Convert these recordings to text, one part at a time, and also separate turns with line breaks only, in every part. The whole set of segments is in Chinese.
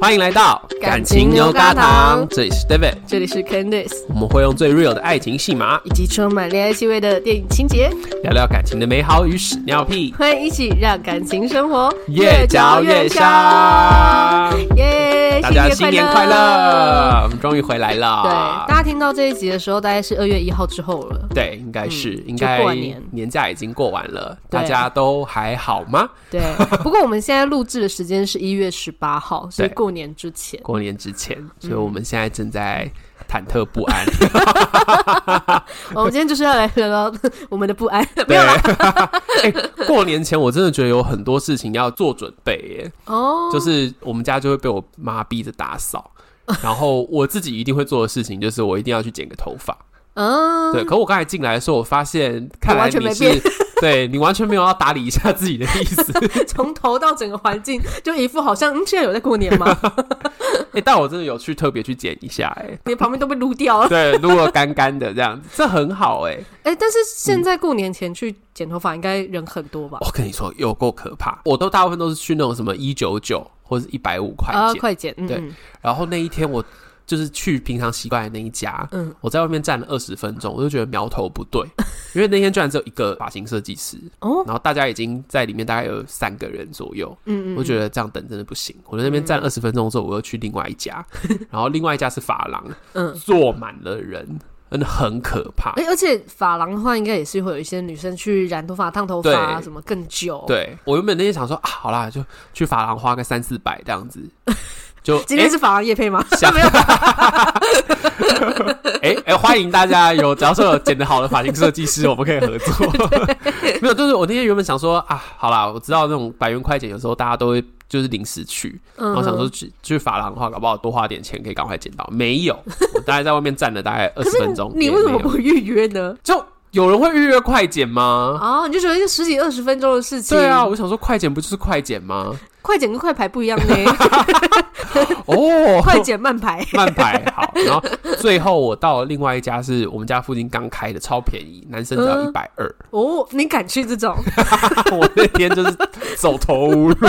欢迎来到
感情牛轧糖
这里是 David，
这里是 Candice，
我们会用最 real 的爱情戏码
以及充满恋爱气味的电影情节，
聊聊感情的美好与屎尿屁，
欢迎一起让感情生活
越嚼越香。
耶！
大家新
新
年
年
快
快
乐！啊
乐！
我们终于回来
对，
了
大。家听到这一集的时候，大概是二月一号之后了。
对，应该是、应
嗯就
该
过年
年假已经过完了，
对
大家都还好吗？
对，不过我们现在录制的时间是一月十八号，所以
对
过年之前。
过年之前，
嗯
所以我们现在正在忐忑不 安。
哦我们今天就是要来聊聊我们的不安。
对，哎过年前我真的觉得有很多事情要做准备耶。
哦，
就是我们家就会被我妈逼着打扫，
哦
然后我自己一定会做的事情就是我一定要去剪个头发。
嗯，
对，可我刚才进来的时候，我发现看来
完全
你
没
是对你完全没有要打理一下自己的意思。
从头到整个环境，就一副好像嗯，现在有在过年吗？
哎、但我真的有去特别去剪一下、欸，
你旁边都被撸掉了
哎，。对，撸了干干的这样子，这很好哎、
哎、但是现在过年前去剪头发，应该人很多吧？
我跟你说，有够可怕，我都大部分都是去那种什么一九九或者一百五块
啊，
剪，
快剪，嗯
对
嗯
然后那一天我就是去平常习惯的那一家，
嗯
我在外面站了二十分钟，我就觉得苗头不对， 因为那天居然只有一个发型设计师，
哦，
然后大家已经在里面大概有三个人左右，
嗯嗯，嗯
我觉
得
得这样等真的不行。我在那边站二十分钟之后，我又去另外一 家，然后另外一家是发廊，
嗯。
坐满了人，真的很可怕
哎、。而且发廊的话，应该也是会有一些女生去染头发、烫头发啊，
对
什么更久。，
对我原本那天想说啊，好啦，就去发廊花个三四百这样子，就
今天
诶
是发廊夜配吗？
想 哎哎，欢迎大家有，只要是有剪得好的发型设计师，我们可以合作。 没有，就是我那天原本想说啊，好啦，我知道那种百元快剪，有时候大家都会就是临时去，
嗯
然后想说去去发廊的话，搞不好多花点钱可以赶快剪到。没 有，我大概在外面站了大概二
可
十
是
分钟，
你
也
为什
没
么
有
不预约呢？
就有人会预约快剪吗？
哦，你就觉得就十几二十分钟的事情，
对啊，，我想说快剪不就是快剪 吗？
快剪跟快排不一样呢，
哦，
快剪慢排。
慢排好，然后最后我到了另外一家是我们家附近刚开的，超便宜，男生只要
嗯
一百二。
哦，你敢去这种？
我那天就是走投无路，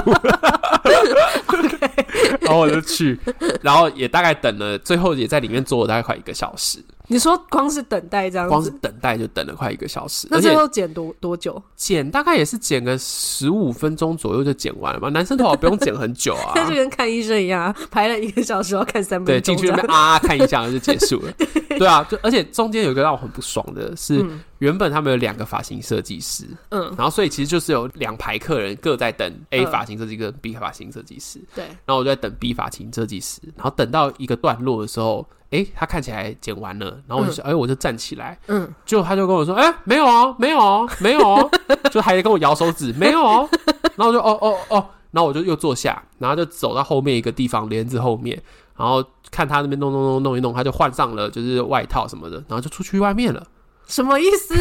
然后我就去，然后也大概等了，最后也在里面坐了大概快一个小时，
你说光是等待这样
光是
子，
等待就等了快一个小时，
嗯那
而
最
且
后剪多多久？
剪大概也是剪个十五分钟左右就剪完了吧，男生头发不用剪很久啊。
那就跟看医生一样啊，排了一个小时要看三
对，
分
进
钟
去
这样。
那边啊看一下就结束 了。对啊，就而且中间有一个让我很不爽的是，
嗯
原本他们有两个发型设计师，
嗯，
然后所以其实就是有两排客人各在等 A
嗯
发型设计跟 B 发型设计师，
对，
然后我就在等 B 发型设计师，然后等到一个段落的时候，诶，他看起来剪完了，然后我就想，哎、我就站起来，
嗯，
就他就跟我说，哎、没有哦，没有哦，没有哦， 就还跟我摇手指，没有哦，然后我就哦哦哦，然后我就又坐下，然后就走到后面一个地方帘子后面，然后看他那边弄弄弄弄一弄，他就换上了就是外套什么的，然后就出去外面了。
什么意 思？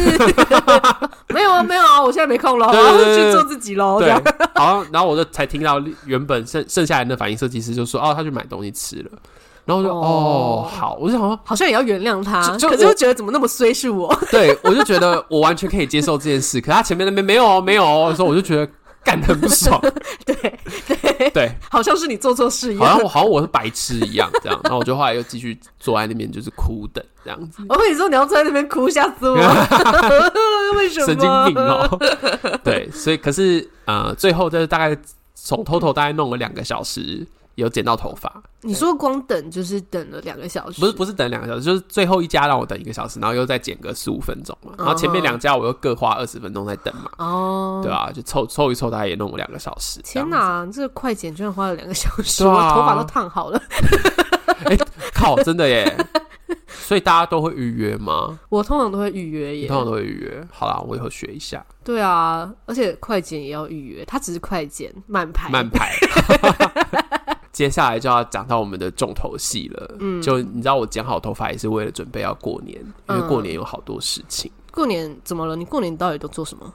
没有啊，没有啊，我现在没空了，我
对对
要
对对
去做自己喽。这
对
样，
好，然后我就才听到原本剩剩下来的反应设计师就说，哦，他去买东西吃了，然后我就哦
哦
好，我就想说。
好像也要原谅他，
就就
可是
我
又觉得怎么那么衰是我？
对，我就觉得我完全可以接受这件事。可他前面那边没有哦，没有哦的时候，我就觉得干得很不爽。
对对，
对，
好像是你做错事一
好
样
像。我好像我是白痴一样这样。然后我就后来又继续坐在那边就是哭等这样子，
我跟你说，你要坐在那边哭，吓 死我！ 为什么？
神经病！哦。对，所以可是呃，最后就是大概从偷偷大概弄了两个小时。有剪到头发，
你说光等就是等了两个小时，
不是不是等两个小时，就是最后一家让我等一个小时，然后又再剪个十五分钟嘛，然后前
嗯
面两家我又各花二十分钟在等嘛，
哦？
对啊，就凑凑一凑，大概也弄了两个小时。
天
哪！
哪，这个快剪居然花了两个小时，
对
我
啊
头发都烫好了。
靠，真的耶！所以大家都会预约吗？
我通常都会预约
你
耶
通，常都会预约。好啦，我以后学一下
对啊，而且快剪也要预约，它只是快剪慢排，
慢 排。接下来就要讲到我们的重头戏了。嗯，就你知道，我剪好头发也是为了准备要过年，因为
嗯
过年有好多事情。
过年怎么了？你过年到底都做什么？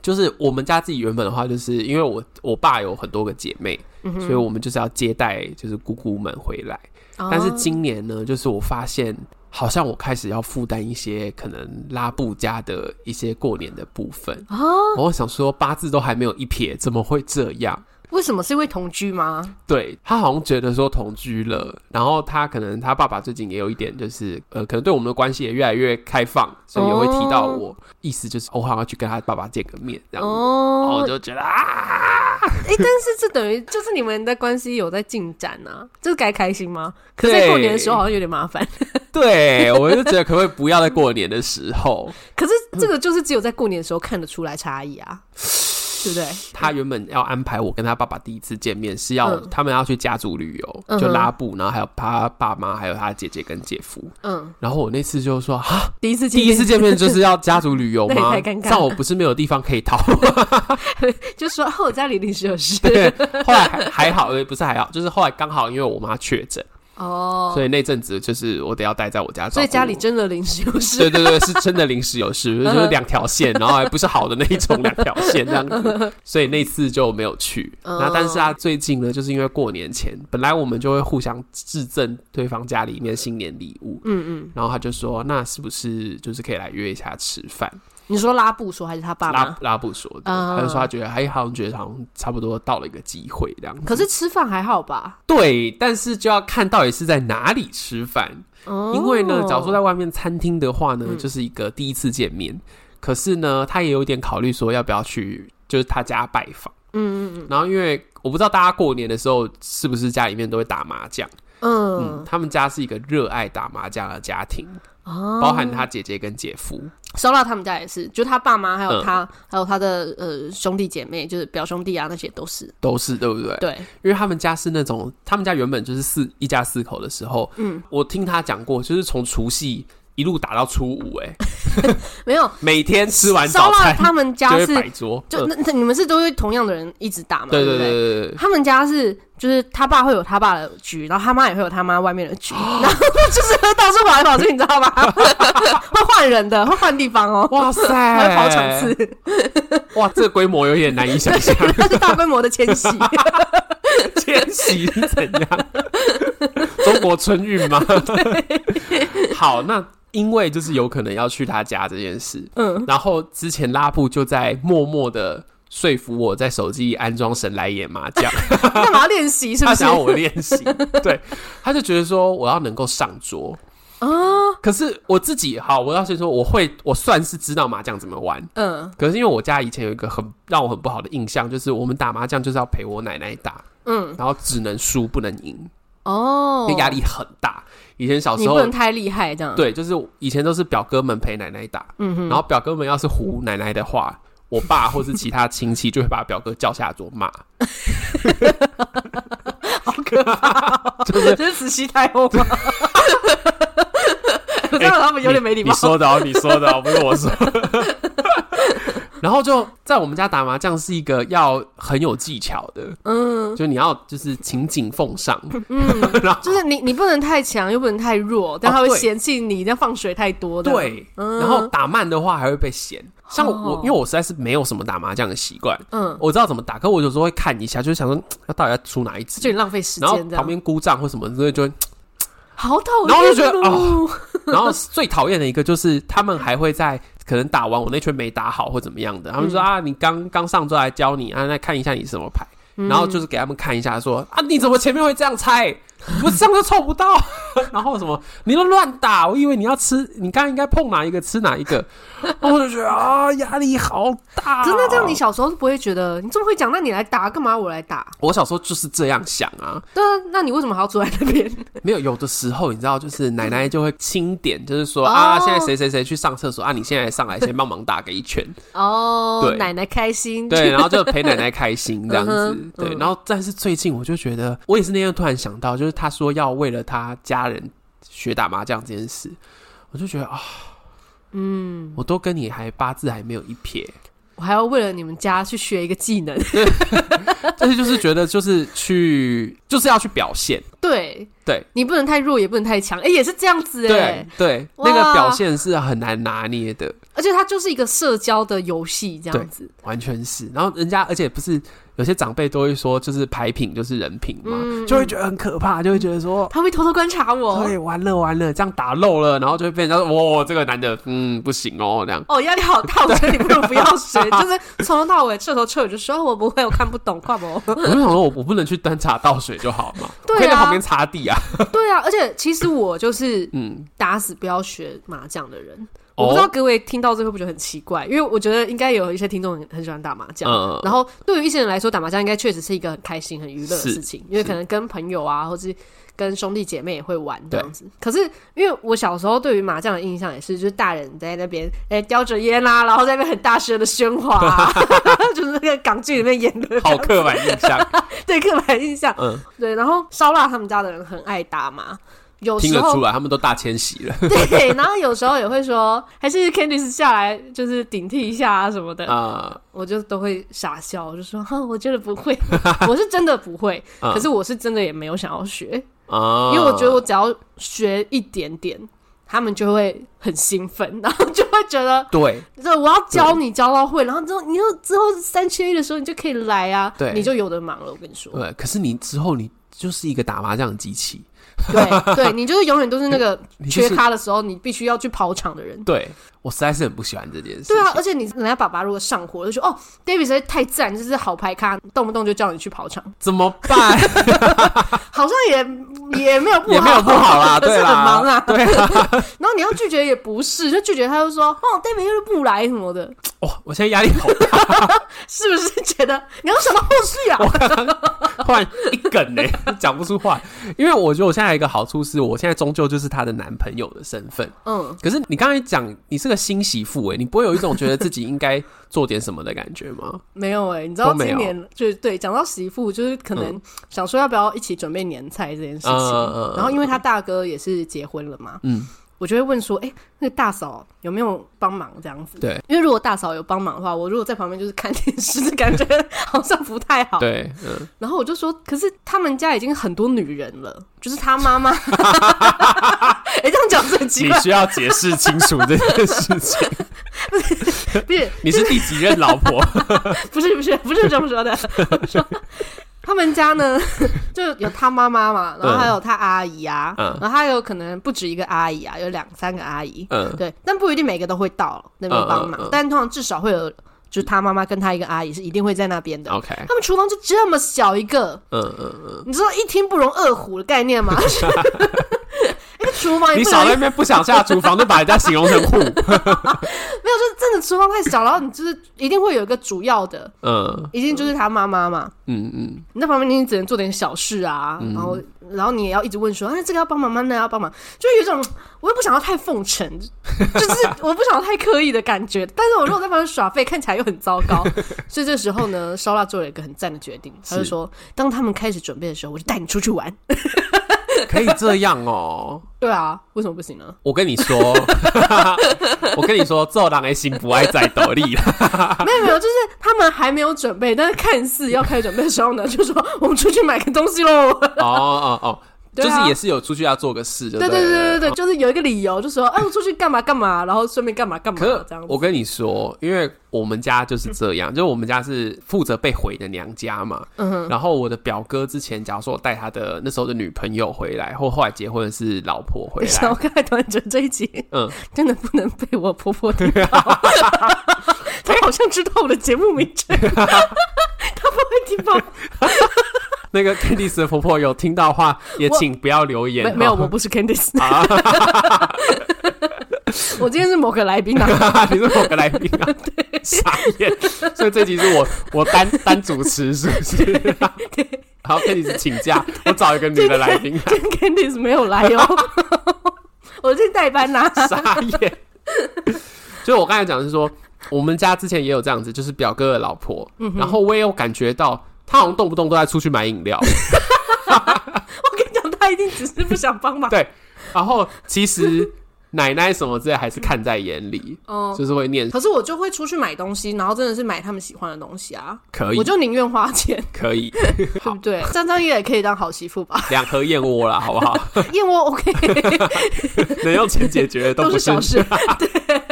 就是我们家自己原本的话，就是因为我我爸有很多个姐妹，
嗯
所以我们就是要接待就是姑姑们回来。
哦
但是今年呢，就是我发现好像我开始要负担一些可能拉布家的一些过年的部分。
啊，
我想说八字都还没有一撇，怎么会这样？
为什么是因为同居吗？
对他好像觉得说同居了，然后他可能他爸爸最近也有一点就是呃，可能对我们的关系也越来越开放，所以也会提到我，意思就是我好像要去跟他爸爸见个面这样子。然后
哦
我，就觉得啊，
哎、但是这等于就是你们的关系有在进展啊，就是该开心吗？可是在过年的时候好像有点麻烦。
对我就觉得可不可以不要在过年的时候，
可是这个就是只有在过年的时候看得出来差异啊，对不对？
他原本要安排我跟他爸爸第一次见面是要
嗯
他们要去家族旅游，
嗯哼
就拉布，然后还有他爸妈，还有他姐姐跟姐夫。
嗯，
然后我那次就说啊，
第一次见
第一次见面就是要家族旅游
那
吗
也太尴尬？了
这样我不是没有地方可以逃。
就说哦，我家里临时有事
对，后来还还好，呃不是还好，就是后来刚好因为我妈确诊，
哦，
所以那阵子就是我得要待在我家照顾。
所以家里真的临时有事
对对对，是真的临时有 事，
嗯
就是两条线，然后还不是好的那一种两条线这样
嗯
子， 所以那次就没有去。
哦
那但是啊，最近呢，就是因为过年前，本来我们就会互相致赠对方家里面新年礼物，
嗯嗯，
然后他就说，那是不是就是可以来约一下吃饭？
你说拉布说还是他爸
拉
妈？
拉布说的，
嗯
他就说他觉得还好像觉得好像差不多到了一个机会这样子。
可是吃饭还好吧？
对，但是就要看到底是在哪里吃饭，
哦，
因为呢，假如说在外面餐厅的话呢，
嗯
就是一个第一次见面，可是呢，他也有点考虑说要不要去就是他家拜访，
嗯嗯
然后因为我不知道大家过年的时候是不是家里面都会打麻将，嗯
嗯，
他们家是一个热爱打麻将的家庭，
哦，
包含他姐姐跟姐夫，
烧腊他们家也是，就他爸妈还有
嗯
他、还有他的呃兄弟姐妹，就是表兄弟啊那些都是
都是对不对？
对，
因为他们家是那种，他们家原本就是四一家四口的时候，
嗯，
我听他讲过，就是从除夕一路打到初五、哎，
没有
每天吃完
烧
早
腊
餐
他们
就
家
会
是
摆桌，
就
嗯
那那你们是都是同样的人一直打嘛，
对
不
对对对对。
他们家是，就是他爸会有他爸的局，然后他妈也会有他妈外面的 局，然后就是到处跑来跑去，你知道吗？ 会换人的，会换地方哦，
哇塞，
还会跑场次，
哇，这个规模有点难以想象，
它是大规模的迁 徙。
迁徙是怎 样？中国春运吗？好，那因为就是有可能要去他家这件事，
嗯，
然后之前拉布就在默默的说服我在手机里安装神来也麻将，
干嘛要练习？是不
他
是？
想要我练习，对，他就觉得说我要能够上桌。
啊，
可是我自己好，我要先说，我会，我算是知道麻将怎么玩。
嗯
可是因为我家以前有一个很让我很不好的印象，就是我们打麻将就是要陪我奶奶打，
嗯，
然后只能输不能赢，
哦
就，压力很大。以前小
你
时
不
候
能，太厉害，这样。，
对，就是以前都是表哥们陪奶奶打，
嗯哼，
然后表哥们要是唬奶奶的话，我爸或是其他亲戚就会把表哥叫下桌骂，
这是慈禧太后 吗？ 我知道他 们有点没礼
哎你
貌
你。说的哦，你说 的哦，不是我说。 然后就在我们家打麻将是一个要很有技巧的，
嗯
就你要就是情景奉 上，
嗯，
然后
就是你你不能太强，又不能太弱，但
哦
他会
对
嫌弃你，但放水太多的。，
对，
嗯
然后打慢的话还会被嫌。像我，
哦
我因为我实在是没有什么打麻将的习惯，
嗯，
我知道怎么打，可我有时候会看一下，就是想说嗯要到底要出哪一
就
只，
很浪费时
然后
间这
旁
样，
边姑丈或什么之类就会，
好讨厌哦。
然后就觉 得哦然后最讨厌的一个就是他们还会在可能打完我那圈没打好或怎么样
嗯
的，他们说啊你刚刚上桌来教你啊，那看一下你什么牌，
嗯
然后就是给他们看一下说啊你怎么前面会这样猜，我这样就凑不到， 然后什么你都乱打，我以为你要吃，你刚刚应该碰哪一个吃哪一个，然后我就觉得啊压力好大，
可是那这样，你。小时候不会觉得你这么会讲，那你来打干嘛？我来打？
我小时候就是这样想啊，
对啊，那你为什么还要坐在那边？
没有有的时候你知道，就是奶奶就会轻点，就是说、
哦
啊，现在谁谁谁去上厕所啊，你现在上来先帮忙打个一圈，
哦
对，
奶奶开 心。
对， 然后就陪奶奶开心这样子
嗯，哼
对。
嗯
然后，但是最近我就觉得，我也是那天突然想到，就是他说要为了他家人学打麻将这件事，我就觉得啊，
嗯，
我都跟你还八字还没有一 撇，
我还要为了你们家去学一个技能。
但是就是觉得就是去就是要去表现，
对
对，
你不能太弱，也不能太强，哎、也是这样子哎、
对对，
哇
那个表现是很难拿捏的，
而且它就是一个社交的游戏这样子，
完全是。然后人家，而且不是有些长辈都会说，就是牌品就是人品嘛，
嗯
就会觉得很可怕，就会觉得说。
他会偷偷观察我，
对，完了完了，这样打漏了，然后就会被人家说，哇，这个男的，嗯，不行哦，这样。
哦，压力好 大，我觉得你不如不要学，就是从头到尾彻头彻尾就说我不会，我看不懂，跨 不。
我就想说，我我不能去端茶倒水就好嘛，
嗯 对啊
我可以在旁边擦地啊。
对啊，而且其实我就是
嗯，
打死不要学麻将的人。
哦
我不知道各位听到这会不会觉得很奇怪，因为我觉得应该有一些听众很很喜欢打麻将，
嗯
然后对于一些人来说，打麻将应该确实是一个很开心、很娱乐的
是
事情，因为
是
可能跟朋友啊，或是跟兄弟姐妹也会玩这
对
样子。可是因为我小时候对于麻将的印象也是，就是大人在那边哎、叼着烟啦、然后在那边很大声的喧哗、啊， 就是那个港剧里面演的
好刻板印象，
对刻板印象。
嗯，
对，然后烧腊他们家的人很爱打麻， 有
听
时
得
候
出来，他们都大迁徙 了
对，然后有时候也会说，还是 Candice 下来就是顶替一下啊什么的，
啊。
我就都会傻笑，我就说，哼，我真的不会， 我是真的不会，
嗯
可是我是真的也没有想要学，
啊，
因为我觉得我只要学一点点，他们就会很兴奋， 然后就会觉得。
对
这我要教你教到会，然后之后你又之后三缺一的时候你就可以来啊，
对
你就有的忙了。我跟你说，
对，可是你之后你就是一个打麻将的机器，
对对，你就是永远都是那个
你就
缺
是
咖的时候，你必须要去跑场的人。
对我实在是很不喜欢这件事情。
对啊，而且你人家爸爸如果上火，就说哦，David 实在太赞，这是好牌咖，动不动就叫你去跑场，
怎么办？
好像也也没有不好，
也没有不好 啦，
可
对
是
啦，
很忙啊。
对啊。
然后你要拒绝也不是，就拒绝他就说哦，David 又是不来什么的，
哇，我现在压力好大，
是不是觉得你要想到后续啊？
突然一梗呢、 讲不出话。因为我觉得我现在有一个好处是，我现在终究就是她的男朋友的身份。
嗯，
可是你刚才讲你是个新媳妇哎、你不会有一种觉得自己应该做点什么的感觉吗？
没有哎、你知道
都没
今
有嗯
年就是对讲到媳妇，就是可能想说要不要一起准备年菜这件事情，
嗯嗯嗯
然后因为他大哥也是结婚了嘛，
嗯，
我就会问说，哎、那个大嫂有没有帮忙这样子？
对
因为如果大嫂有帮忙的话，我如果在旁边就是看电视，就感觉好像不太好。
对，嗯，
然后我就说，可是他们家已经很多女人了，就是他妈 妈。哎、这样讲是很奇
你
怪，
需要解释清楚这件事 情。
不是
你是第几任老婆？
不是不是不是这么说的，我说他们家呢， 就有他妈妈嘛，然后还有他阿姨啊，
嗯
然后还有可能不止一个阿姨啊，有两三个阿姨，
嗯，
对，但不一定每个都会到那边帮忙，
嗯嗯嗯
但通常至少会有，就是他妈妈跟他一个阿姨是一定会在那边的。
OK，
他们厨房就这么小一个，
嗯嗯哦嗯，
你知道一天不容二虎的概 念吗？ 那个厨房也
你
哎不
少
能
在那边不想下厨房，就把人家形容成 户。
没有，就是真的厨房太小，然后你就是一定会有一个主要的，
嗯
一定就是他妈妈嘛。
嗯嗯，
你在旁边，你只能做点小事啊，然后，然后你也要一直问说，哎，这个要帮忙吗？那个要帮忙，就有一种我又不想要太奉承， 就是我不想要太刻意的感觉。但是我如果在旁边耍废，看起来又很糟糕。所以这时候呢，烧腊做了一个很赞的决定，他就是说，当他们开始准备的时候，我就带你出去玩。
可以这样哦。
对啊，为什么不行呢？
我跟你说， 我跟你说， 做人的心不爱在斗笠啦。
没有没有，就是他们还没有准备，但是看似要开始准备的时候呢，就说我们出去买个东西喽。
哦哦哦，
对
就
啊
是也是有出去要做个事，对哦
对
不
对
对
对对对，就是有一个理由，就说，哎，我出去干嘛干嘛，然后顺便干嘛干嘛
可
嗯这样
是
子。
我跟你说，因为我们家就是这样，就是我们家是负责被毁的娘家嘛。
嗯哼。
然后我的表哥之前，假如说我带他的那时候的女朋友回来，或后来结婚的是老婆回
等一下，我
来，
刚才突然觉得这一集
嗯，
真的不能被我婆婆听 到，她好像知道我的节目名 称，她不会听吧？
那个 Candice 的婆婆有听到的话，也
我
请不要留言
没
哦。
没有，我不是 Candice，
啊，
我今天是某个来宾 啊。
你是某个来宾 啊，傻眼。所以这集是我我单单主持，是不 是？ 好，Candice 请假，我找一个女的来 宾，
今天 Candice 没有来哦， 我今天代班呐、
傻眼。所以我刚才讲的是说，我们家之前也有这样子，就是表哥的老婆，然后我也有感觉到。她好像动不动都在出去买饮料，
我跟你讲，她一定只是不想帮忙。
对，然后其实奶奶什么之类还是看在眼里，
嗯，
就是会念
可是我就会出去买东西，然后真的是买他们喜欢的东西啊，
可以
我就宁愿花 钱，
可以
对不对？张张也可以当好媳妇吧，
两盒燕窝啦，好不 好？
燕窝 OK
能用钱解决的
都
不
是小事，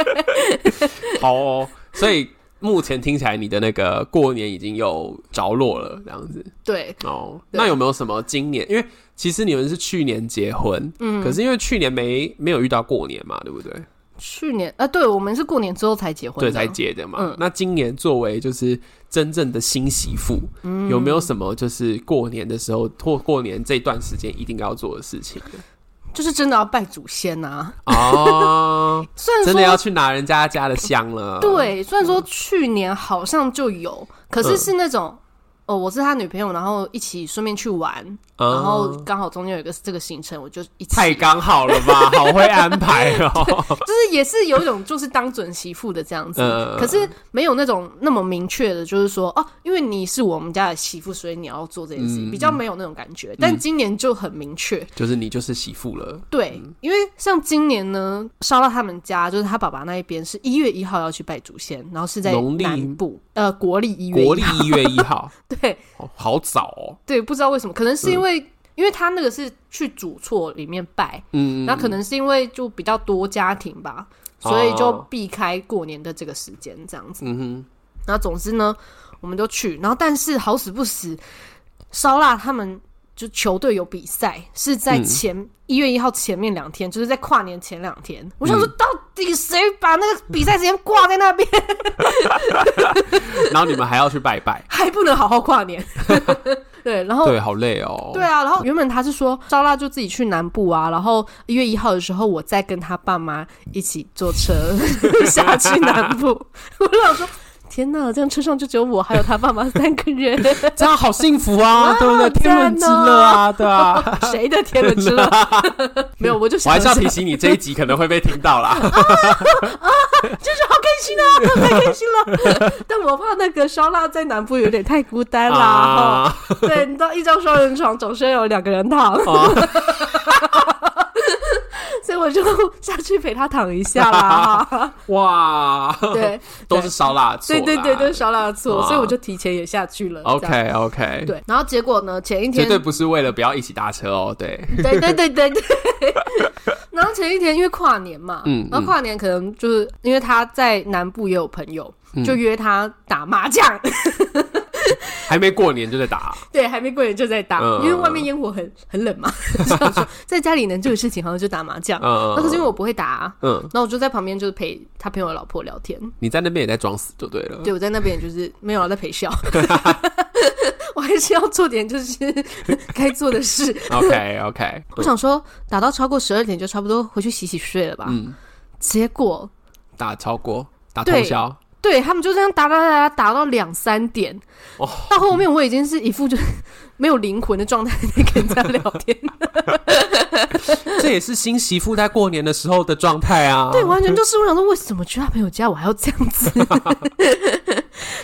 好哦。所以目前听起来你的那个过年已经有着落了，这样子
对，
哦。
对
那有没有什么今年？因为其实你们是去年结婚，嗯，可是因为去年没没有遇到过年嘛，对不对？
去年啊，对我们是过年之后才结婚
对，
的，
才结的嘛。
嗯
那今年作为就是真正的新媳妇，
嗯
有没有什么就是过年的时候或过年这段时间一定要做的事 情呢？
就是真的要拜祖先啊。
哦，
虽然
真的要
说
去拿人家家的香了。，
对，虽然说去年好像就有，可是
嗯
是那种。哦，我是他女朋友，然后一起顺便去玩，然后刚好中间有一个这个行程，我就一起，
哦嗯太刚好了吧，好会安排 哦。
就是也是有一种就是当准媳妇的这样子，
嗯
可是没有那种那么明确的，就是说哦，因为你是我们家的媳妇，所以你要做这件事，
嗯
比较没有那种感觉。但今年就很明确，
就是你就是媳妇了，
对，因为像今年呢，烧到他们家，就是他爸爸那一边是一月一号要去拜祖先，然后是在
农历
南部，呃，国历一月一
国历一月一号，
对
哦好早哦。
对，不知道为什么，可能是因为、因为他那个是去主厝里面拜，
嗯，哦
那可能是因为就比较多家庭吧，所以就避开过年的这个时间这样子。
嗯哼，
然后总之呢，我们就去，然后但是好死不死，烧腊他们就球队有比赛，是在
嗯
前一、月一号前面两天，就是在跨年前两天。
嗯
我想说，到底谁把那个比赛时间挂在那边，
然后你们还要去拜拜，
还不能好好 跨年？对，然后
对，好累哦。
对啊，然后原本他是说烧腊就自己去南部啊，然后一月一号的时候，我再跟他爸妈一起 坐车下去南部。我就想说，天哪，这样车上就只有我还有他爸妈三个人，
这样好幸福啊，对不对？天伦之
赞哦
乐啊，对 啊。
谁的天伦之乐？ 没有，我就
我
想
还是要
一
提
下
醒你，这一集可能会被听到啦。
就是好开心啊，太开心了。 但我怕那个烧腊在南部有点太孤单啦。
啊，
吼对，你知道一张双人床总是要有两个人躺，
啊
所以我就下去陪他躺一下 啦。哈
哇，
对，
都是烧腊做
对
啦，
对对，就是烧腊错，
啊
所以我就提前也下去了。这样
OK OK，，
对，然后结果呢？前一
绝
天，
对不是为了不要一起搭车哦，对，
对对对对 对。然后前一天因为跨年嘛，
嗯
然后跨年可能就是因为他在南部也有朋友，
嗯
就约他打麻将。
还没过年就在打，
对，还没过年就在打，
嗯
因为外面烟火很很冷嘛， 所以我说在家里能做的事情好像就打麻将。
嗯
那可是因为我不会打、啊，
嗯，
然后我就在旁边就是陪他朋友的老婆聊天。
你在那边也在装死就对了，
对，我在那边 也就是没有在陪笑， 我还是要做点就是 该做的事。
OK OK，
我想说，打到超过十二点就差不多回去洗洗睡了吧。
嗯，
结果
打超过，打
对
通宵，
对他们就这样打打打打打到两三点，
哦
到后面我已经是一副就是没有灵魂的状态在跟人家聊天，
这也是新媳妇在过年的时候的状态啊。
对，完全就是我想说，为什么去他朋友家我还要这样子？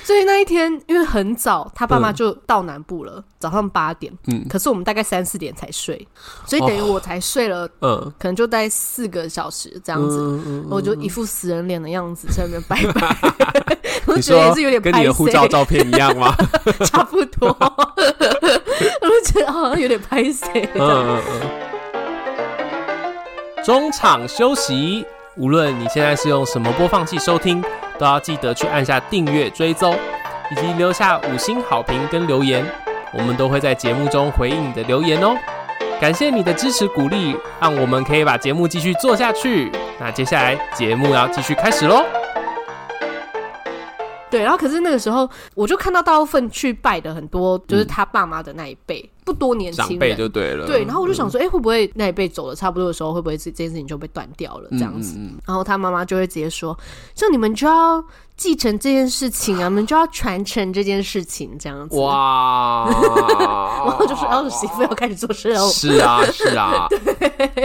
所以那一天因为很早，他爸妈就到南部了，早上八点，
嗯
可是我们大概三四点才睡，所以等于我才睡了，
嗯，
可能就待四个小时这样子。
嗯嗯
我就一副死人脸的样子在那边 拜拜，我
你
觉得也
说
是有点
跟
拍
你的护照
谁，
照片一样 吗？
差不多， 我就觉得好像有点拍谁。
嗯嗯嗯。中场休息，无论你现在是用什么播放器收听，都要记得去按下订阅追踪，以及留下五星好评跟留言，我们都会在节目中回应你的留言哦。感谢你的支持鼓励，让我们可以把节目继续做下去。那接下来节目要继续开始喽。
对，然后可是那个时候，我就看到大部分去拜的很多，就是
嗯
他爸妈的那一辈，不多年轻人。
对了
对，然后我
嗯
就想说，哎、会不会那一辈走的差不多的时候，会不会这这件事情就被断掉了？这样 子，
嗯
然后他妈妈就会直接说，像你们就要继承这件事情啊，你们就要传承这件事情，这样子。
哇，
然后就说，然后媳妇要开始做事了，
是啊，是 啊。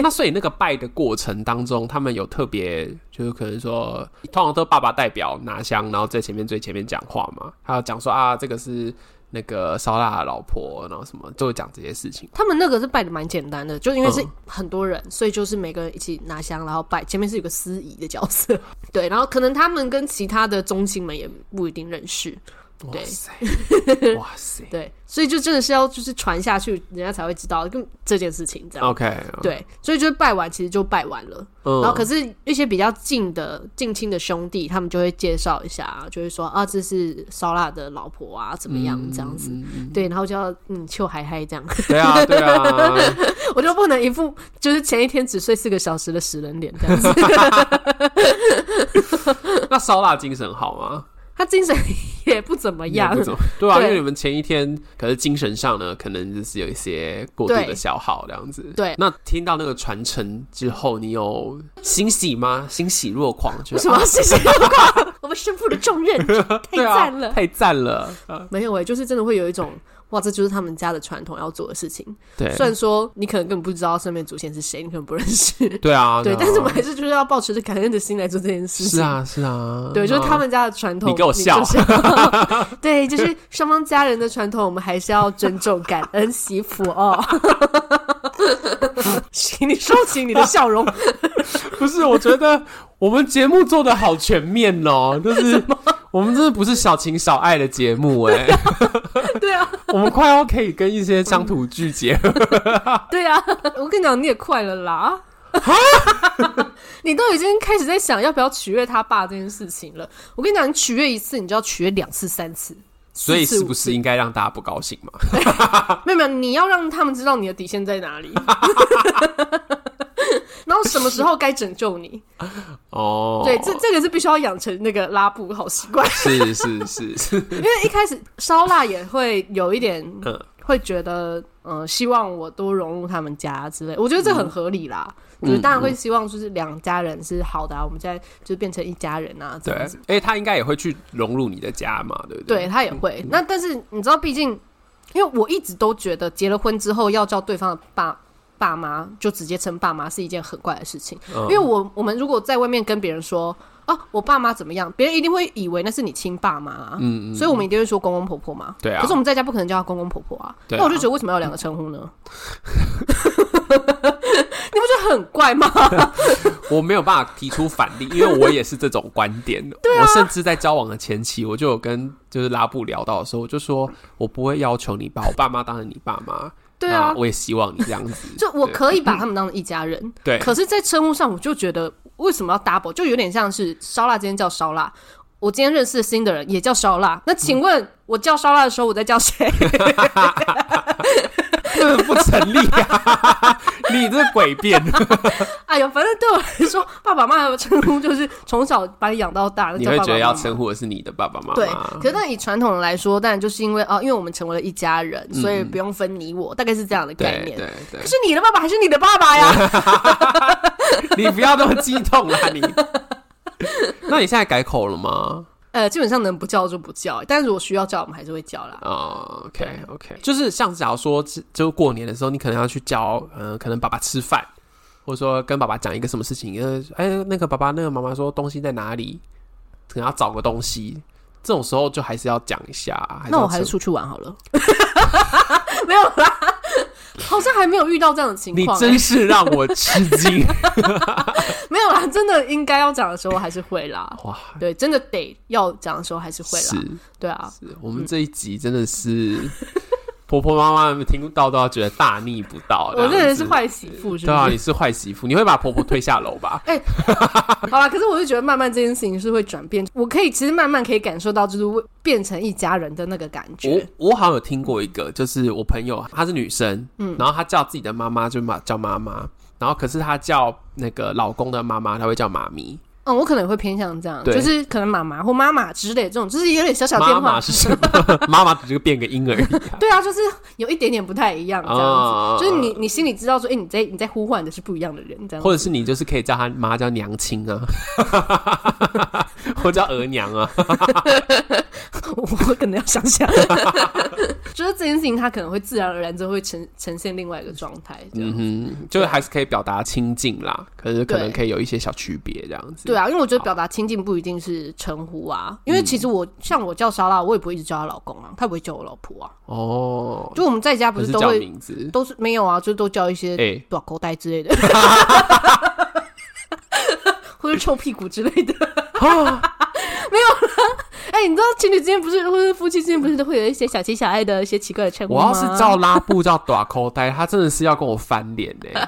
那所以那个拜的过程当中，他们有特别，就是可能说，通常都爸爸代表拿香，然后在前面最前面讲话嘛，还有讲说啊，这个是那个烧腊的老婆，然后什么，就会讲这些事情。
他们那个是拜的蛮简单的，就因为是
嗯
很多人，所以就是每个人一起拿香，然后拜。前面是有个司仪的角色， 对，然后可能他们跟其他的宗亲们也不一定认识，
哇
对
塞，哇塞
对，所以就真的是要就是传下去，人家才会知道跟这件事情这样。
，OK，，
对，所以就是拜完，其实就拜完了。
哦嗯，
然后可是一些比较近的近亲的兄弟，他们就会介绍一下，就会说啊，这是烧腊的老婆啊，怎么样
嗯
这样子。对，然后就要嗯，秋嗨嗨这样，
对啊，对啊，
我就不能一副就是前一天只睡四个小时的死人脸这样 子。
那烧腊精神好吗？
他精神也不怎么样
也不，怎么对啊，
呃对
因为你们前一天可是精神上呢，可能就是有一些过度的
对
消耗这样子。
对
那听到那个传承之后，你有欣喜吗？欣喜若狂，觉
为
得
什么要谢谢啊 我们身负的重 任，太
对啊
赞了。
太赞 了，
没有哎、就是真的会有一种哇，这就是他们家的传统要做的事情。
对，
虽然说你可能根本不知道上面祖先是谁，你可能不认识，
对啊，
哦对，
啊
但是我们还是就是要保持着感恩的心来做这件事情。
是，啊，是啊，
对，就是
啊
他们家的传统，
你给我
就
笑
是 对，就是双方家人的传统，我们还是要尊重、感恩、惜福 哦。请你收起你的 笑容，
不是，我觉得我们节目做的好全面 哦，就是我们真的不是小情小爱的节目 哎，
对啊，
我们快要可以跟一些乡土剧结合，
对啊，我跟你讲，你也快了啦。 你都已经开始在想要不要取悦他爸这件事情了。我跟你讲，你取悦一次，你就要取悦两次、三次，
所以
四次
是不是
五次
应该让大家不高兴嘛？
没有没有，你要让他们知道你的底线在哪里， 然后什么时候该拯救你。
哦，
对，这这个是必须要养成那个拉布好习 惯，
是是是是，
因为一开始烧腊也会有一点
嗯
会觉得，呃，希望我多融入他们家之类，我觉得这很合理啦。
嗯
就是当然会希望就是两家人是好的、啊，我们现在就变成一家人啊，这
对
样子。，
哎，他应该也会去融入你的嗯家嘛，对不
对
对，
他也会。那但是你知道，毕竟因为我一直都觉得结了婚之后要叫对方的爸爸妈就直接称爸妈是一件很怪的事情，
嗯
因为我我们如果在外面跟别人说。哦，我爸妈怎么样？别人一定会以为那是你亲爸妈、啊，
嗯
所以我们一定会说公公婆婆嘛。
对啊
可是我们在家不可能叫他公公婆婆啊。
对啊
那我就觉得为什么要有两个称呼呢？ 你不觉得很怪 吗？
我没有办法提出反例，因为我也是这种观 点。对、
啊
我甚至在交往的前期，我就有跟就是拉布聊到的时候，我就说我不会要求你把我爸妈当成你爸妈，
对啊
那，我也希望你这样子。
就我可 以把他们当成一家人，
对
可是，在称呼上，我就觉得为什么要 double，就有点像是烧腊今天叫烧腊，我今天认识的新的人也叫烧腊。那请问，我叫烧腊的时候，我在叫谁？
这不成立啊！ 你这诡 辩，
哎呦，反正对我来说，爸爸妈妈的称呼就是从小把你养到大，那
你
叫
会
爸爸
觉得要
妈妈。
称呼的是你的爸爸妈
对，
妈
可。是那以传统来说，当然就是因为哦，因为我们成为了一家人，所以不用分你我，大概是这样的概
对
念。
对对
可，是你的爸爸还是你的爸爸呀？
你不要那么激动啦，你。 那你现在改口了吗？
呃，基本上能不叫就不叫，但是如果需要叫，我们还是会叫啦。
啊、o k OK，就是像假如说，就就过年的时候，你可能要去叫，呃，可能爸爸吃饭，或者说跟爸爸讲一个什么事情，呃，哎、那个爸爸，那个妈妈说东西在哪里，可能要找个东西，这种时候就还是要讲一下。
那我还是
是要
出去玩好了。 没有啦，好像还没有遇到这样的情
你
况、欸
真是让我吃惊
没有啦，真的应该要讲的时候还是会啦。
哇！
对，真的得要讲的时候还 是会
是
啦。对啊，
是，我们这一集真的是婆婆妈妈们听到都要觉得大逆不道。
我这
样
人
子
是坏媳妇，是
对啊，
不
你
是？
是坏媳妇，你会把婆婆推下楼吧？
好啦，可是我就觉得慢慢这件事情是会转变，我可以其实慢慢可以感受到，就是为变成一家人的那个感觉。
我我好像有听过一个，就是我朋友她是女生，嗯，然后她叫自己的妈妈就妈叫妈妈，然后可是她叫那个老公的妈妈，她会叫妈咪。
嗯，我可能会偏向这样，
对
就是可能妈妈或妈妈之类这种，就是有点小小变
妈
化
妈。是什么？妈妈只是变个婴 儿一样。
对啊，就是有一点点不太一样这样子，
哦
就是你你心里知道说，哎、你在你在呼唤的是不一样的人这样子
或者是你就是可以叫她妈叫娘亲啊， 或叫额娘啊，
我可能要想 想，就是这件事情，它可能会自然而然就会呈呈现另外一个状
嗯
态，这样。
嗯哼，就是还是可以表达亲近啦，可是可能可以有一些小区别这样子。
对啊，因为我觉得表达亲近不一定是称呼啊，
嗯
因为其实我、像我叫莎拉，我也不会一直叫她老公啊，她也不会叫我老婆啊。
哦，
就我们在家不
还
是
是
都
叫
会
名字？
都是没有啊，就都叫一些
哎，
短口袋之类的， 或者臭屁股之类的。
啊
哎、你知道情侣之间不是，或者夫妻之间不是都会有一些小情小爱的一些奇怪的称呼
我
吗？
要是照拉布叫短口袋，他真的是要跟我翻脸欸呢。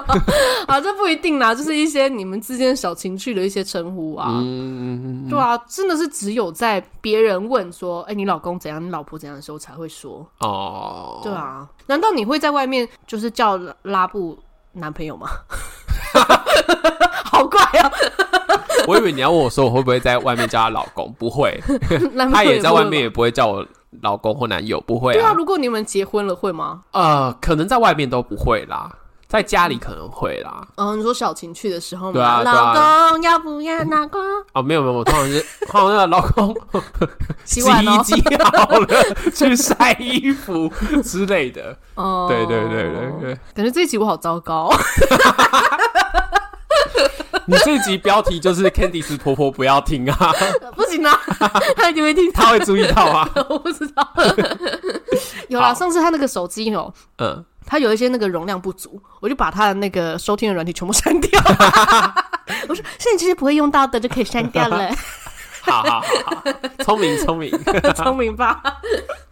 啊，这不一定啦，就是一些你们之间小情趣的一些称呼啊。
嗯，
对啊，真的是只有在别人问说“哎、你老公怎样，你老婆怎样”的时候才会说。
哦，
对啊，难道你会在外面就是叫拉拉布男朋友 吗？ 好怪啊！
我以为你要问我说我会不会在外面叫她老公，不 会，
男
她
朋友
也在外面，
不会
也不会
吗。
叫我老公或男友，不会
对啊，
啊。
如果你们结婚了会吗？
呃，可能在外面都不会啦，在家里可能会啦。
嗯、你说小情趣的时候
对
嘛，
啊对啊
老公要不要老公？
哦，没有 没有，我通常是通常那个老公洗
洗碗
衣
哦，
机好了，去晒衣服之类的。
哦，
对对对对。对，
感觉这一集我好糟糕，
你这集标题就是 Candice 婆婆不要听啊，
不行啊， 他一定会听到
她会注意到啊。
我不知道。有啦，
好
上次他那个手机有，
嗯，
他有一些那个容量不足，我就把他的那个收听的软体全部删 掉。我说现在其实不会用到的就可以删掉 了，
好好好好，聪明聪明。
聪明吧？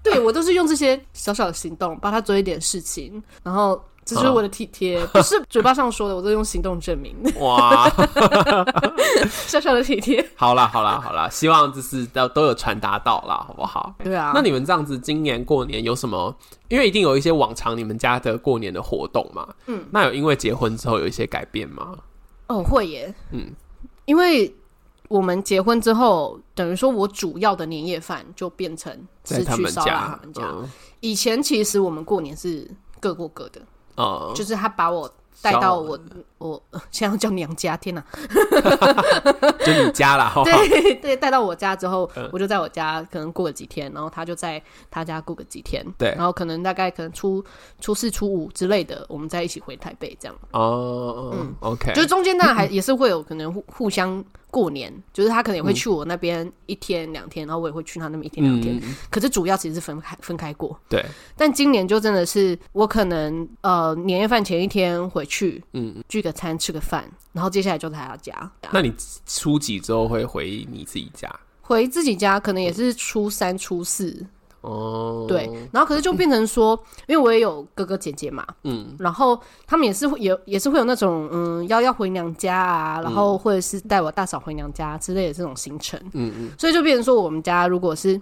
对我都是用这些小小的行动帮他做一点事情，然后这就是我的体贴，不是嘴巴上说的，我都用行动证 明
哇，
小小的体贴。
好啦好啦好啦，希望就是都都有传达到啦，好不好？
对啊，
那你们这样子，今年过年有什么？因为一定有一些往常你们家的过年的活动嘛。嗯，那有因为结婚之后有一些改变吗？
哦会耶，
嗯
因为我们结婚之后，等于说我主要的年夜饭就变成
在
是
他
去
们
烧腊他们家。
嗯
以前其实我们过年是各过各的，
哦
就是他把我带
烧
到我我 呃现在要叫娘家，天哪！
就你家啦，好不好？
对 对，带到我家之后，
嗯
我就在我家可能过了几天，然后他就在他家过个几天，
对
然后可能大概可能初初四、初五之类的，我们再一起回台北这样。
哦，嗯，OK，嗯
就是中间当然还也是会有可能互互相过年，就是他可能也会
嗯
去我那边一天两天，然后我也会去他那边一天两天。
嗯，
可是主要其实是分开分开过，
对，
但今年就真的是我可能呃年夜饭前一天回去
嗯，
聚个餐吃个饭，然后接下来就在他家。
那你初几之后会回你自己家？
回自己家可能也是初三、初四，
哦，
对，然后可是就变成 说，因为我也有哥哥姐姐嘛，
嗯，
然后他们也是会也也是会有那种嗯要要回娘
嗯
家啊，然后或者是带我大嫂回娘家之类的这种行程，
嗯嗯，
所以就变成说我们家如果是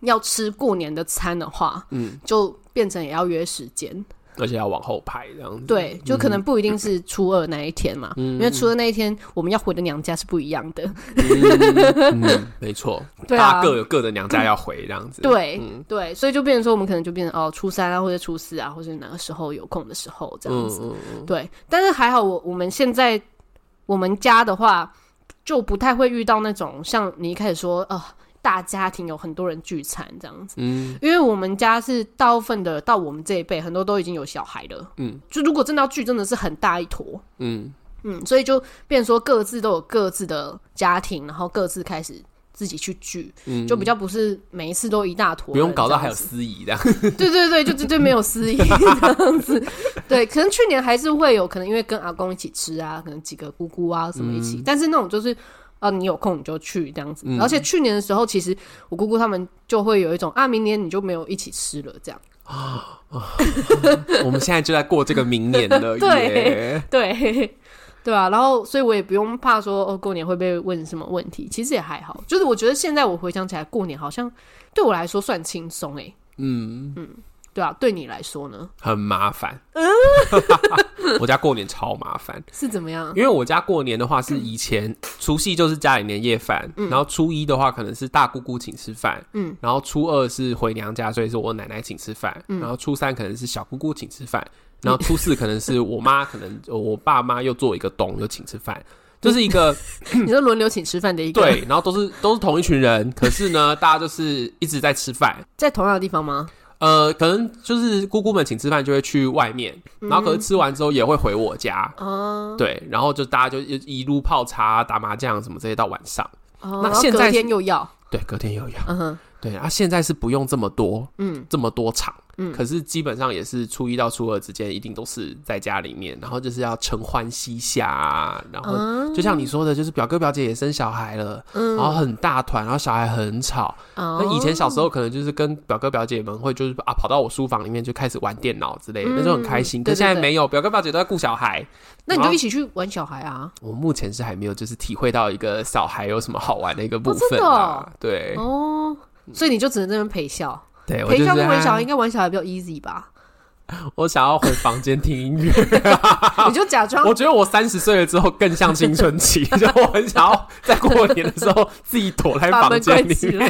要吃过年的餐的话，
嗯，
就变成也要约时间，
而且要往后排这样子，
对，就可能不一定是初二那一天嘛，因为初二那一天我们要回的娘家是不一样的，
嗯，嗯没错，
对
大
啊
家各有各的娘家要回这样子，
对、
嗯
对，所以就变成说我们可能就变成哦初三啊或者初四啊，或者哪个时候有空的时候这样
嗯
子，
嗯嗯，
对，但是还好我我们现在我们家的话，就不太会遇到那种像你一开始说呃大家庭有很多人聚餐这样子，
嗯，
因为我们家是大部分的到我们这一辈很多都已经有小孩了，
嗯，
就如果真的要聚，真的是很大一坨。
嗯，
嗯，所以就变成说各自都有各自的家庭，然后各自开始自己去聚，
嗯
就比较不是每一次都一大坨人
不用
这样子，
搞到还有司仪这样，
对对对，就就就没有私意 这样子。对，可能去年还是会有，可能因为跟阿公一起吃啊，可能几个姑姑啊什么一起，但是那种就是。哦，你有空你就去这样子，而且去年的时候，其实我姑姑他们就会有一种啊，明年你就没有一起吃了这样。
我们现在就在过这个明年了，
对
耶，
对对啊，然后所以我也不用怕说哦，过年会被问什么问题，其实也还好。就是我觉得现在我回想起来，过年好像对我来说算轻松诶、
嗯，
对啊，对你来说呢
很麻烦，
呃
我家过年超麻烦，
是怎 么样？
因为我家过年的话是以前除夕就是家里年夜饭，然后初一的话可能是大姑姑请吃饭，
嗯
嗯，然后初二是回娘家，所以是我奶奶请吃饭，
嗯
然后初三可能是小姑姑请吃饭，然后初四可能是我妈，可能呃我爸妈又做一个东又请吃饭，就是一个
你说轮流请吃饭的一 个，
对，然后都是都是同一群人，可是呢，大家就是一直在吃饭，
在同样的地方吗？
呃，可能就是姑姑们请吃饭就会去外面，然后可是吃完之后也会回我家，
嗯哦
对，然后就大家就一路泡茶、啊打麻将什么这些到晚上，
哦，
那
然后
现
隔
在
天又要，
对，隔天又要，
嗯哼，
对啊，现在是不用这么多，
嗯
这么多场，
嗯
可是基本上也是初一到初二之间，一定都是在家里面，然后就是要承欢膝下啊，然后
嗯
就像你说的，就是表哥表姐也生小孩了，然后
嗯，
很大团，然后小孩很吵。
哦
那以前小时候可能就是跟表哥表姐们会就是啊跑到我书房里面就开始玩电脑之类的，
嗯
那时候很开心。可
对对
现在
对
没有，表哥表姐都在顾小孩。
那你
然
就
后
一起去玩小孩啊，
我目前是还没有就是体会到一个小孩有什么好玩的一个部
哦真
分
的
啊。
哦
对
哦，所以你就只能在那边陪笑，
对，我
陪
就是
笑跟玩小孩，
啊
应该玩小孩比较 easy 吧？
我想要回房间听音 乐。
你就假 装
我觉得我三十岁了之后更像青春期， 就我很想要在过年的时候自己躲在
把
房
门
间
关
里
起
面
来，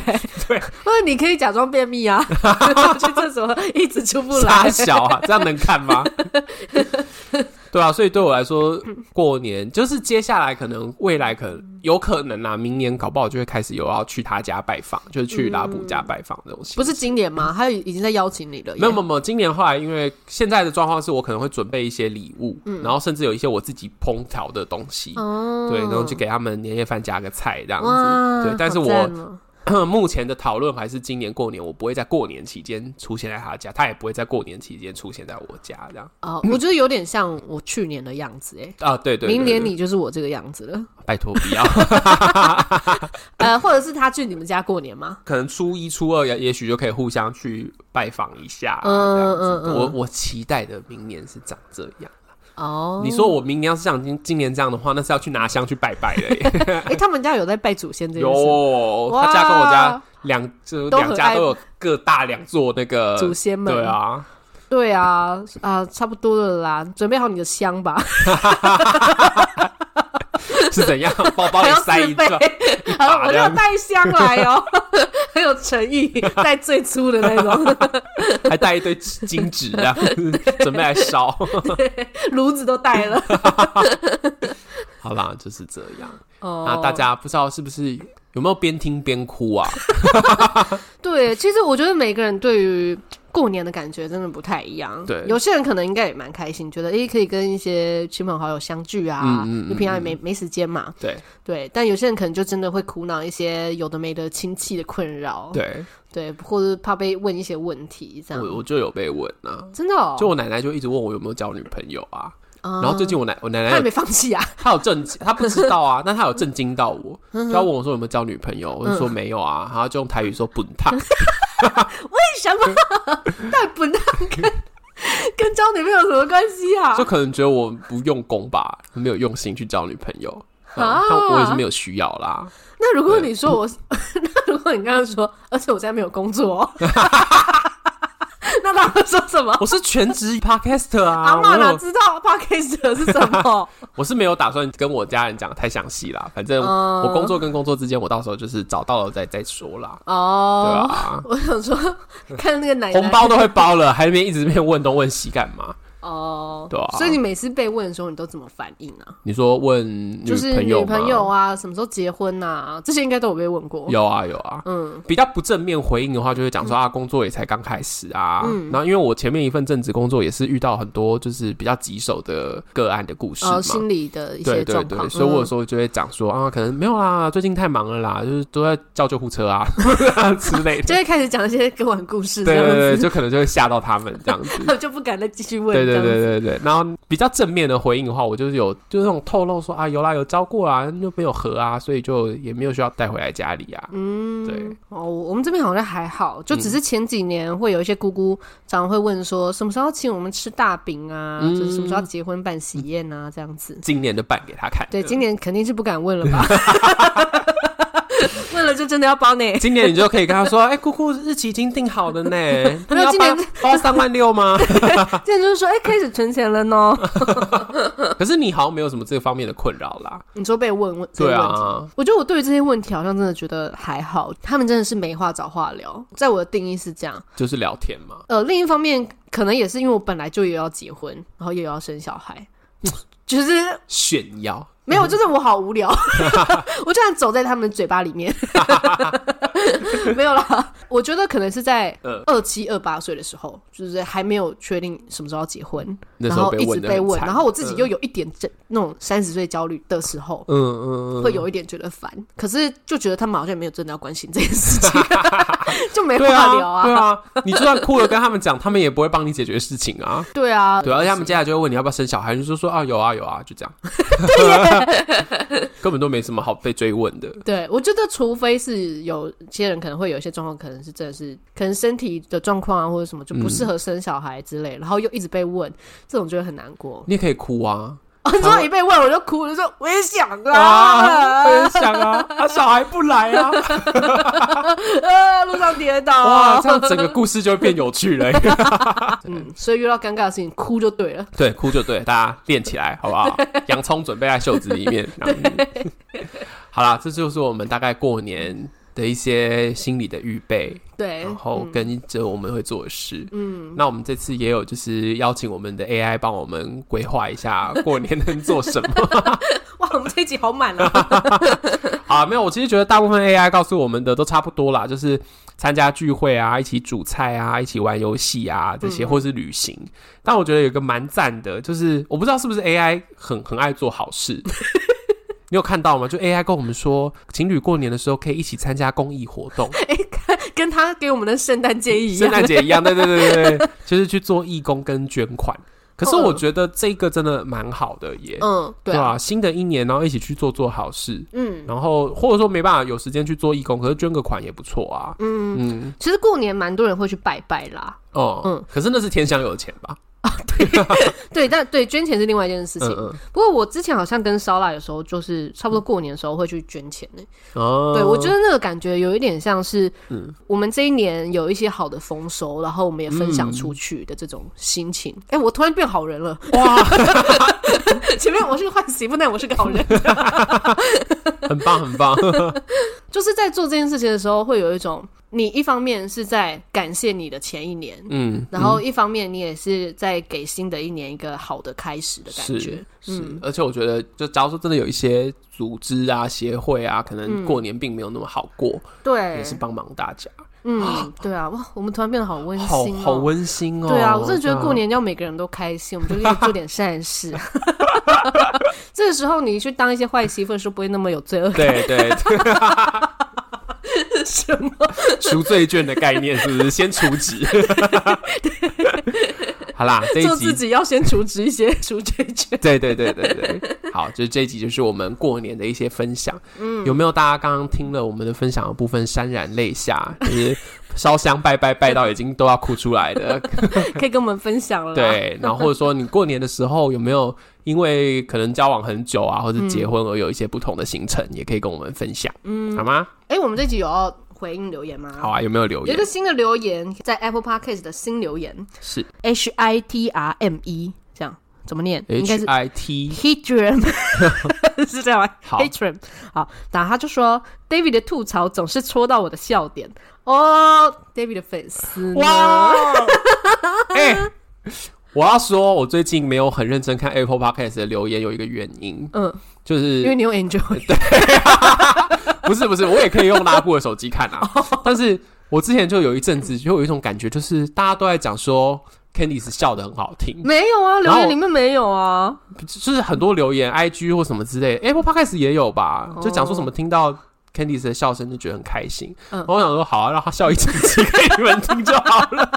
对，
或者你可以假装便秘 啊，去厕所一直出不
傻
来。
小啊，这样能看 吗？对啊，所以对我来说，过年就是接下来可能未来可能有可能啊，明年搞不好就会开始有要去他家拜访，就是去拉布家拜访这种事。
不是今年吗？他已经在邀请你了耶。
没有没有没有，今年后来因为现在的状况是我可能会准备一些礼物，然后甚至有一些我自己烹调的东西，
嗯哦，
对，然后就给他们年夜饭加个菜这样
哇，
子。对，但是
好
我
赞哦
目前的讨论还是今年过年，我不会在过年期间出现在他家，他也不会在过年期间出现在我家这样。
哦，我觉得有点像我去年的样子哎。
啊，对对对
明年
对
你就是我这个样子了，
拜托不 要，
呃，或者是他去你们家过年吗？
可能初一初二也也许就可以互相去拜访一下。
嗯
这样子
嗯嗯
我我期待的明年是长这样。
哦，
你说我明年要是像今今年这样的话，那是要去拿香去拜拜 的耶。
哎，他们家有在拜祖先这件事吗，
有，
哇
他家跟我家两就
都很
两家
爱
都有各大两座那个
祖先们
呃对啊，
对啊，啊，差不多了啦，准备好你的香吧，
是怎 样？包包
还
里
要
塞
自
一
备
个，
啊，我
这
就
样
带香来哦， 很有诚意，带最粗的那种，
还带一堆金纸这样， 准备来烧。
炉子都带了。
好啦，就是这样。
哦
那大家不知道是不是有没有边听边哭啊？
对，其实我觉得每个人对于过年的感觉真的不太一样。
对
有些人可能应该也蛮开心，觉得诶、可以跟一些亲朋好友相聚啊，
嗯嗯嗯
你平常也没没时间嘛。
对
对，但有些人可能就真的会苦恼一些有的没的亲戚的困扰，
对，
对，或者怕被问一些问题这样。
我我就有被问啊。
真的哦，
就我奶奶就一直问我有没有交女朋友啊，
然
然后最近我奶我奶
他
奶
也
有
没放弃啊，
她有震惊，她不知道啊，但她有震惊到我，
嗯
就要问我说有没有交女朋友，我就说没有啊，然后就用台语说滚烫，
为什 么？但不那跟 跟交女朋友有什么关系啊
就？可能觉得我不用功吧，没有用心去交女朋友，
啊
嗯但我也是没有需要啦。
那如果你说我， 那如果你刚刚说，而且我现在没有工作、哦， 那他会说什么？
我是全职 podcaster 啊，
阿妈
我
哪
有
知道 podcast 是什么？
我是没有打算跟我家人讲太详细啦，反正
嗯
我工作跟工作之间，我到时候就是找到了再再说啦。 对
哦，
啊，
我想说，看那个奶奶
红包都会包了，还在那边一直在那边问东问西干嘛？
哦，
对啊
所以你每次被问的时候，你都怎么反应啊？
你说问女
就是
朋
女
友吗？
朋友啊，什么时候结婚啊？这些应该都有被问过。
有啊有啊，
嗯，
比较不正面回应的话，就会讲说啊，工作也才刚开始啊。
嗯
然后因为我前面一份正职工作也是遇到很多就是比较棘手的个案的故事嘛
呃，，心理的一
对
些
对
状
对，
况，
所以我有
嗯
时候就会讲说啊，可能没有啦，最近太忙了啦，就是都在叫救护车啊 之类的。
就会开始讲一些歌玩故事，这
对
样
对对，
子，
就可能就会吓到他们这样子。
他 们就不敢再继续问。
对对
这样子
对对对，然后比较正面的回应的话，我就是有就是那种透露说啊，有啦有教过啦，就没有合啊，所以就也没有需要带回来家里啊。
嗯，
对。
哦，我们这边好像还好，就
嗯
只是前几年会有一些姑姑常常会问说，什么时候请我们吃大饼啊，
嗯
就是什么时候要结婚办喜宴啊，这样子。
今年就办给他看。
对，今年肯定是不敢问了 吧？问了就真的要包呢。
今年你就可以跟他说，哎、姑姑日期已经定好了 呢，
没有
要
今年
包三万六吗？
这样就是说，哎、开始存钱了呢。
可是你好像没有什么这方面的困扰啦。
你说被问问这
对
些问题，
啊，
我觉得我对于这些问题好像真的觉得还好，他们真的是没话找话聊，在我的定义是这样。
就是聊天嘛。
呃，另一方面，可能也 是因为我本来就也要结婚，然后也要生小孩，就是
炫耀，
没有，就是我好无聊， 我就想走在他们的嘴巴里面。 没有啦，我觉得可能是在
嗯
二七二八岁的时候，就是还没有确定什么时候要结婚，
那
然
时候
后
被
一直
问得
被
很
问，
惨
然后我自己又有一点这那种三十岁焦虑的时候，
嗯嗯嗯，
会有一点觉得烦，可是就觉得他们好像没有真的要关心这件 事情，就没话
对
聊
啊，对啊，你就算哭了跟他们讲，他们也不会帮你解决事情啊。
对啊，
对啊，而且他们接下来就会问你要不要生小孩，你就说啊有啊有啊，就这样， 根本都没什么好被追问的。
对，我觉得除非是有些人可能会有一些状况，可能是真的是可能身体的状况啊，或者什么就
嗯
不适合生小孩之类，然后又一直被问，这种就会很难过。
你也可以哭啊，
哦，你说一被问我就哭，我就说我也想
啊，我
啊，
也想啊，啊小孩不来啊，
呃，路上跌
哇，
倒啊
这，样整个故事就会变有趣了。
嗯，所以遇到尴尬的事情哭就对了。
对，哭就对，大家练起来好不好？洋葱准备在袖子里面。然后好啦，这就是我们大概过年的一些心理的预备，
对，嗯
然后跟着我们会做的事。嗯，那我们这次也有就是邀请我们的 AI 帮我们规划一下 过年能做什么。
哇，我们这一集好满啊！
啊，没有，我其实觉得大部分 AI 告诉我们的都差不多啦，就是参加聚会啊，一起煮菜啊，一起玩游戏啊，这些、或是旅行。但我觉得有个蛮赞的，就是我不知道是不是 AI 很很爱做好事。你有看到吗？就 AI 跟我们说，情侣过年的时候可以一起参加公益活动，
跟他给我们的圣诞建议一
圣
样，
诞节一样。对对对对 对，就是去做义工跟捐款。可是我觉得这个真的蛮好的耶，
嗯，对
吧、
啊，
新的一年，然后一起去做做好事，
嗯。
然后或者说没办法有时间去做义工，可是捐个款也不错啊。
嗯，
嗯，
其实过年蛮多人会去拜拜啦，
哦，嗯
嗯，
可是那是天香有钱吧？
对，但对捐钱是另外一件事情。
嗯嗯，
不过我之前好像跟烧腊有时候就是差不多过年的时候会去捐钱呢、
哦，
对，我觉得那个感觉有一点像是
嗯
我们这一年有一些好的丰收，然后我们也分享出去的这种心情。
嗯
哎、我突然变好人了，
哇，
前面我是个坏媳妇，但我是个好 人。
很棒很 棒，
就是在做这件事情的时候，会有一种你一方面是在感谢你的前一年，
嗯，
然后一方面你也是在给新的一年一个好的开始的感觉嗯
是。是，而且我觉得，就假如说真的有一些组织啊、协会啊，可能过年并没有那么好过，
嗯对
也，是帮忙大家，
嗯，对啊，哇，我们突然变得好温
好
馨、哦，
好温馨哦。
对啊，我真的觉得过
对啊。
年要每个人都开心，我们就可以做点善事。这个时候你去当一些坏媳妇的时候，不会那么有罪恶感。
对对，
什 么？
赎罪券的概念是不是先除职？ 好啦，这一
做自
集
己要先除职一些除罪券。
对对对对对，好，就是这一集就是我们过年的一些分享，嗯，有没有大家刚刚听了我们的分享的部分潸然泪下，就是烧香拜拜拜到已经都要哭出来的，
可以跟我们分享了。，
对，然后或者说你过年的时候有没有因为可能交往很久啊，或者结婚而有一些不同的行程，也可以跟我们分享，嗯，好吗？
哎、我们这集有要回应留言吗？
好啊，有没有留
有一
言？
个新的留言，在 Apple Podcast 的新留言
是
，H I T R M E，这样怎么念？应该
H
是
I T，E
Hitram，是这样吗
好
？Hitram，好，然后他就说 David 的吐槽总是戳到我的笑点哦，David 的粉丝呢
哇，
哦
哎、我要说，我最近没有很认真看 Apple Podcast 的留言，有一个原因，
嗯，
就是
因为你用 Enjoy，
不是不是，我也可以用拉布的手机看啊。
哦
但是我之前就有一阵子，就有一种感觉，就是大家都在讲说 Candice 笑的很好听，
没有啊，
然
留
后
言里面没有啊，
就是很多留言、IG 或什么之类，Apple Podcast 也有吧，
哦
就讲说什么听到。Candice 的笑声就觉得很开心，
嗯
然后我想说好啊，让他笑一整集给你们听就好了。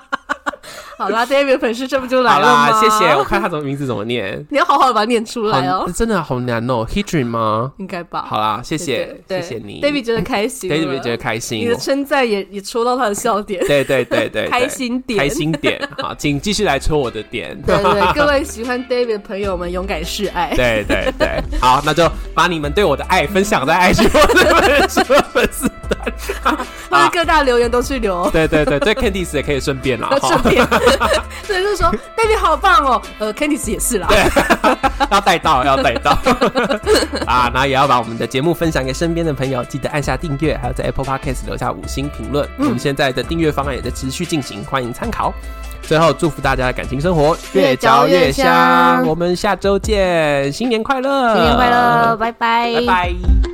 好啦，David 的粉丝这不 就来
好
了吗？
啦，谢谢。我，看他怎么名字怎么念，
你要好好的把它念出来
好
哦，
真的好难哦 h i d r i n 吗？
应该吧？
好啦，谢
对，
谢，谢
对
谢你
，David 觉得开心了
David 觉得开
你
心哦
的，称赞也也戳到他的笑点，
对对对对，对
开心点，
开心点，好，请继续来戳我的点。
对对对，各位喜欢 David 的朋友们，勇敢示 爱。
对对对，好，那就把你们对我的爱分享在 IG 或者粉丝粉丝啊
或者各大留言都去 留。
对对对，对 Candice 也可以顺便啦，
要
哈
顺便，所以就说 baby 好棒哦，呃，Candice 也是啦，
要带 到，要带到 啊！然后也要把我们的节目分享给身边的朋友，记得按下订阅，还有在 Apple Podcast 留下五星评论。
嗯
我们现在的订阅方案也在持续进行，欢迎参考。最后，祝福大家的感情生活
越嚼越香
我们下周见，新年快乐！
新年快乐，，拜拜，
呃拜拜。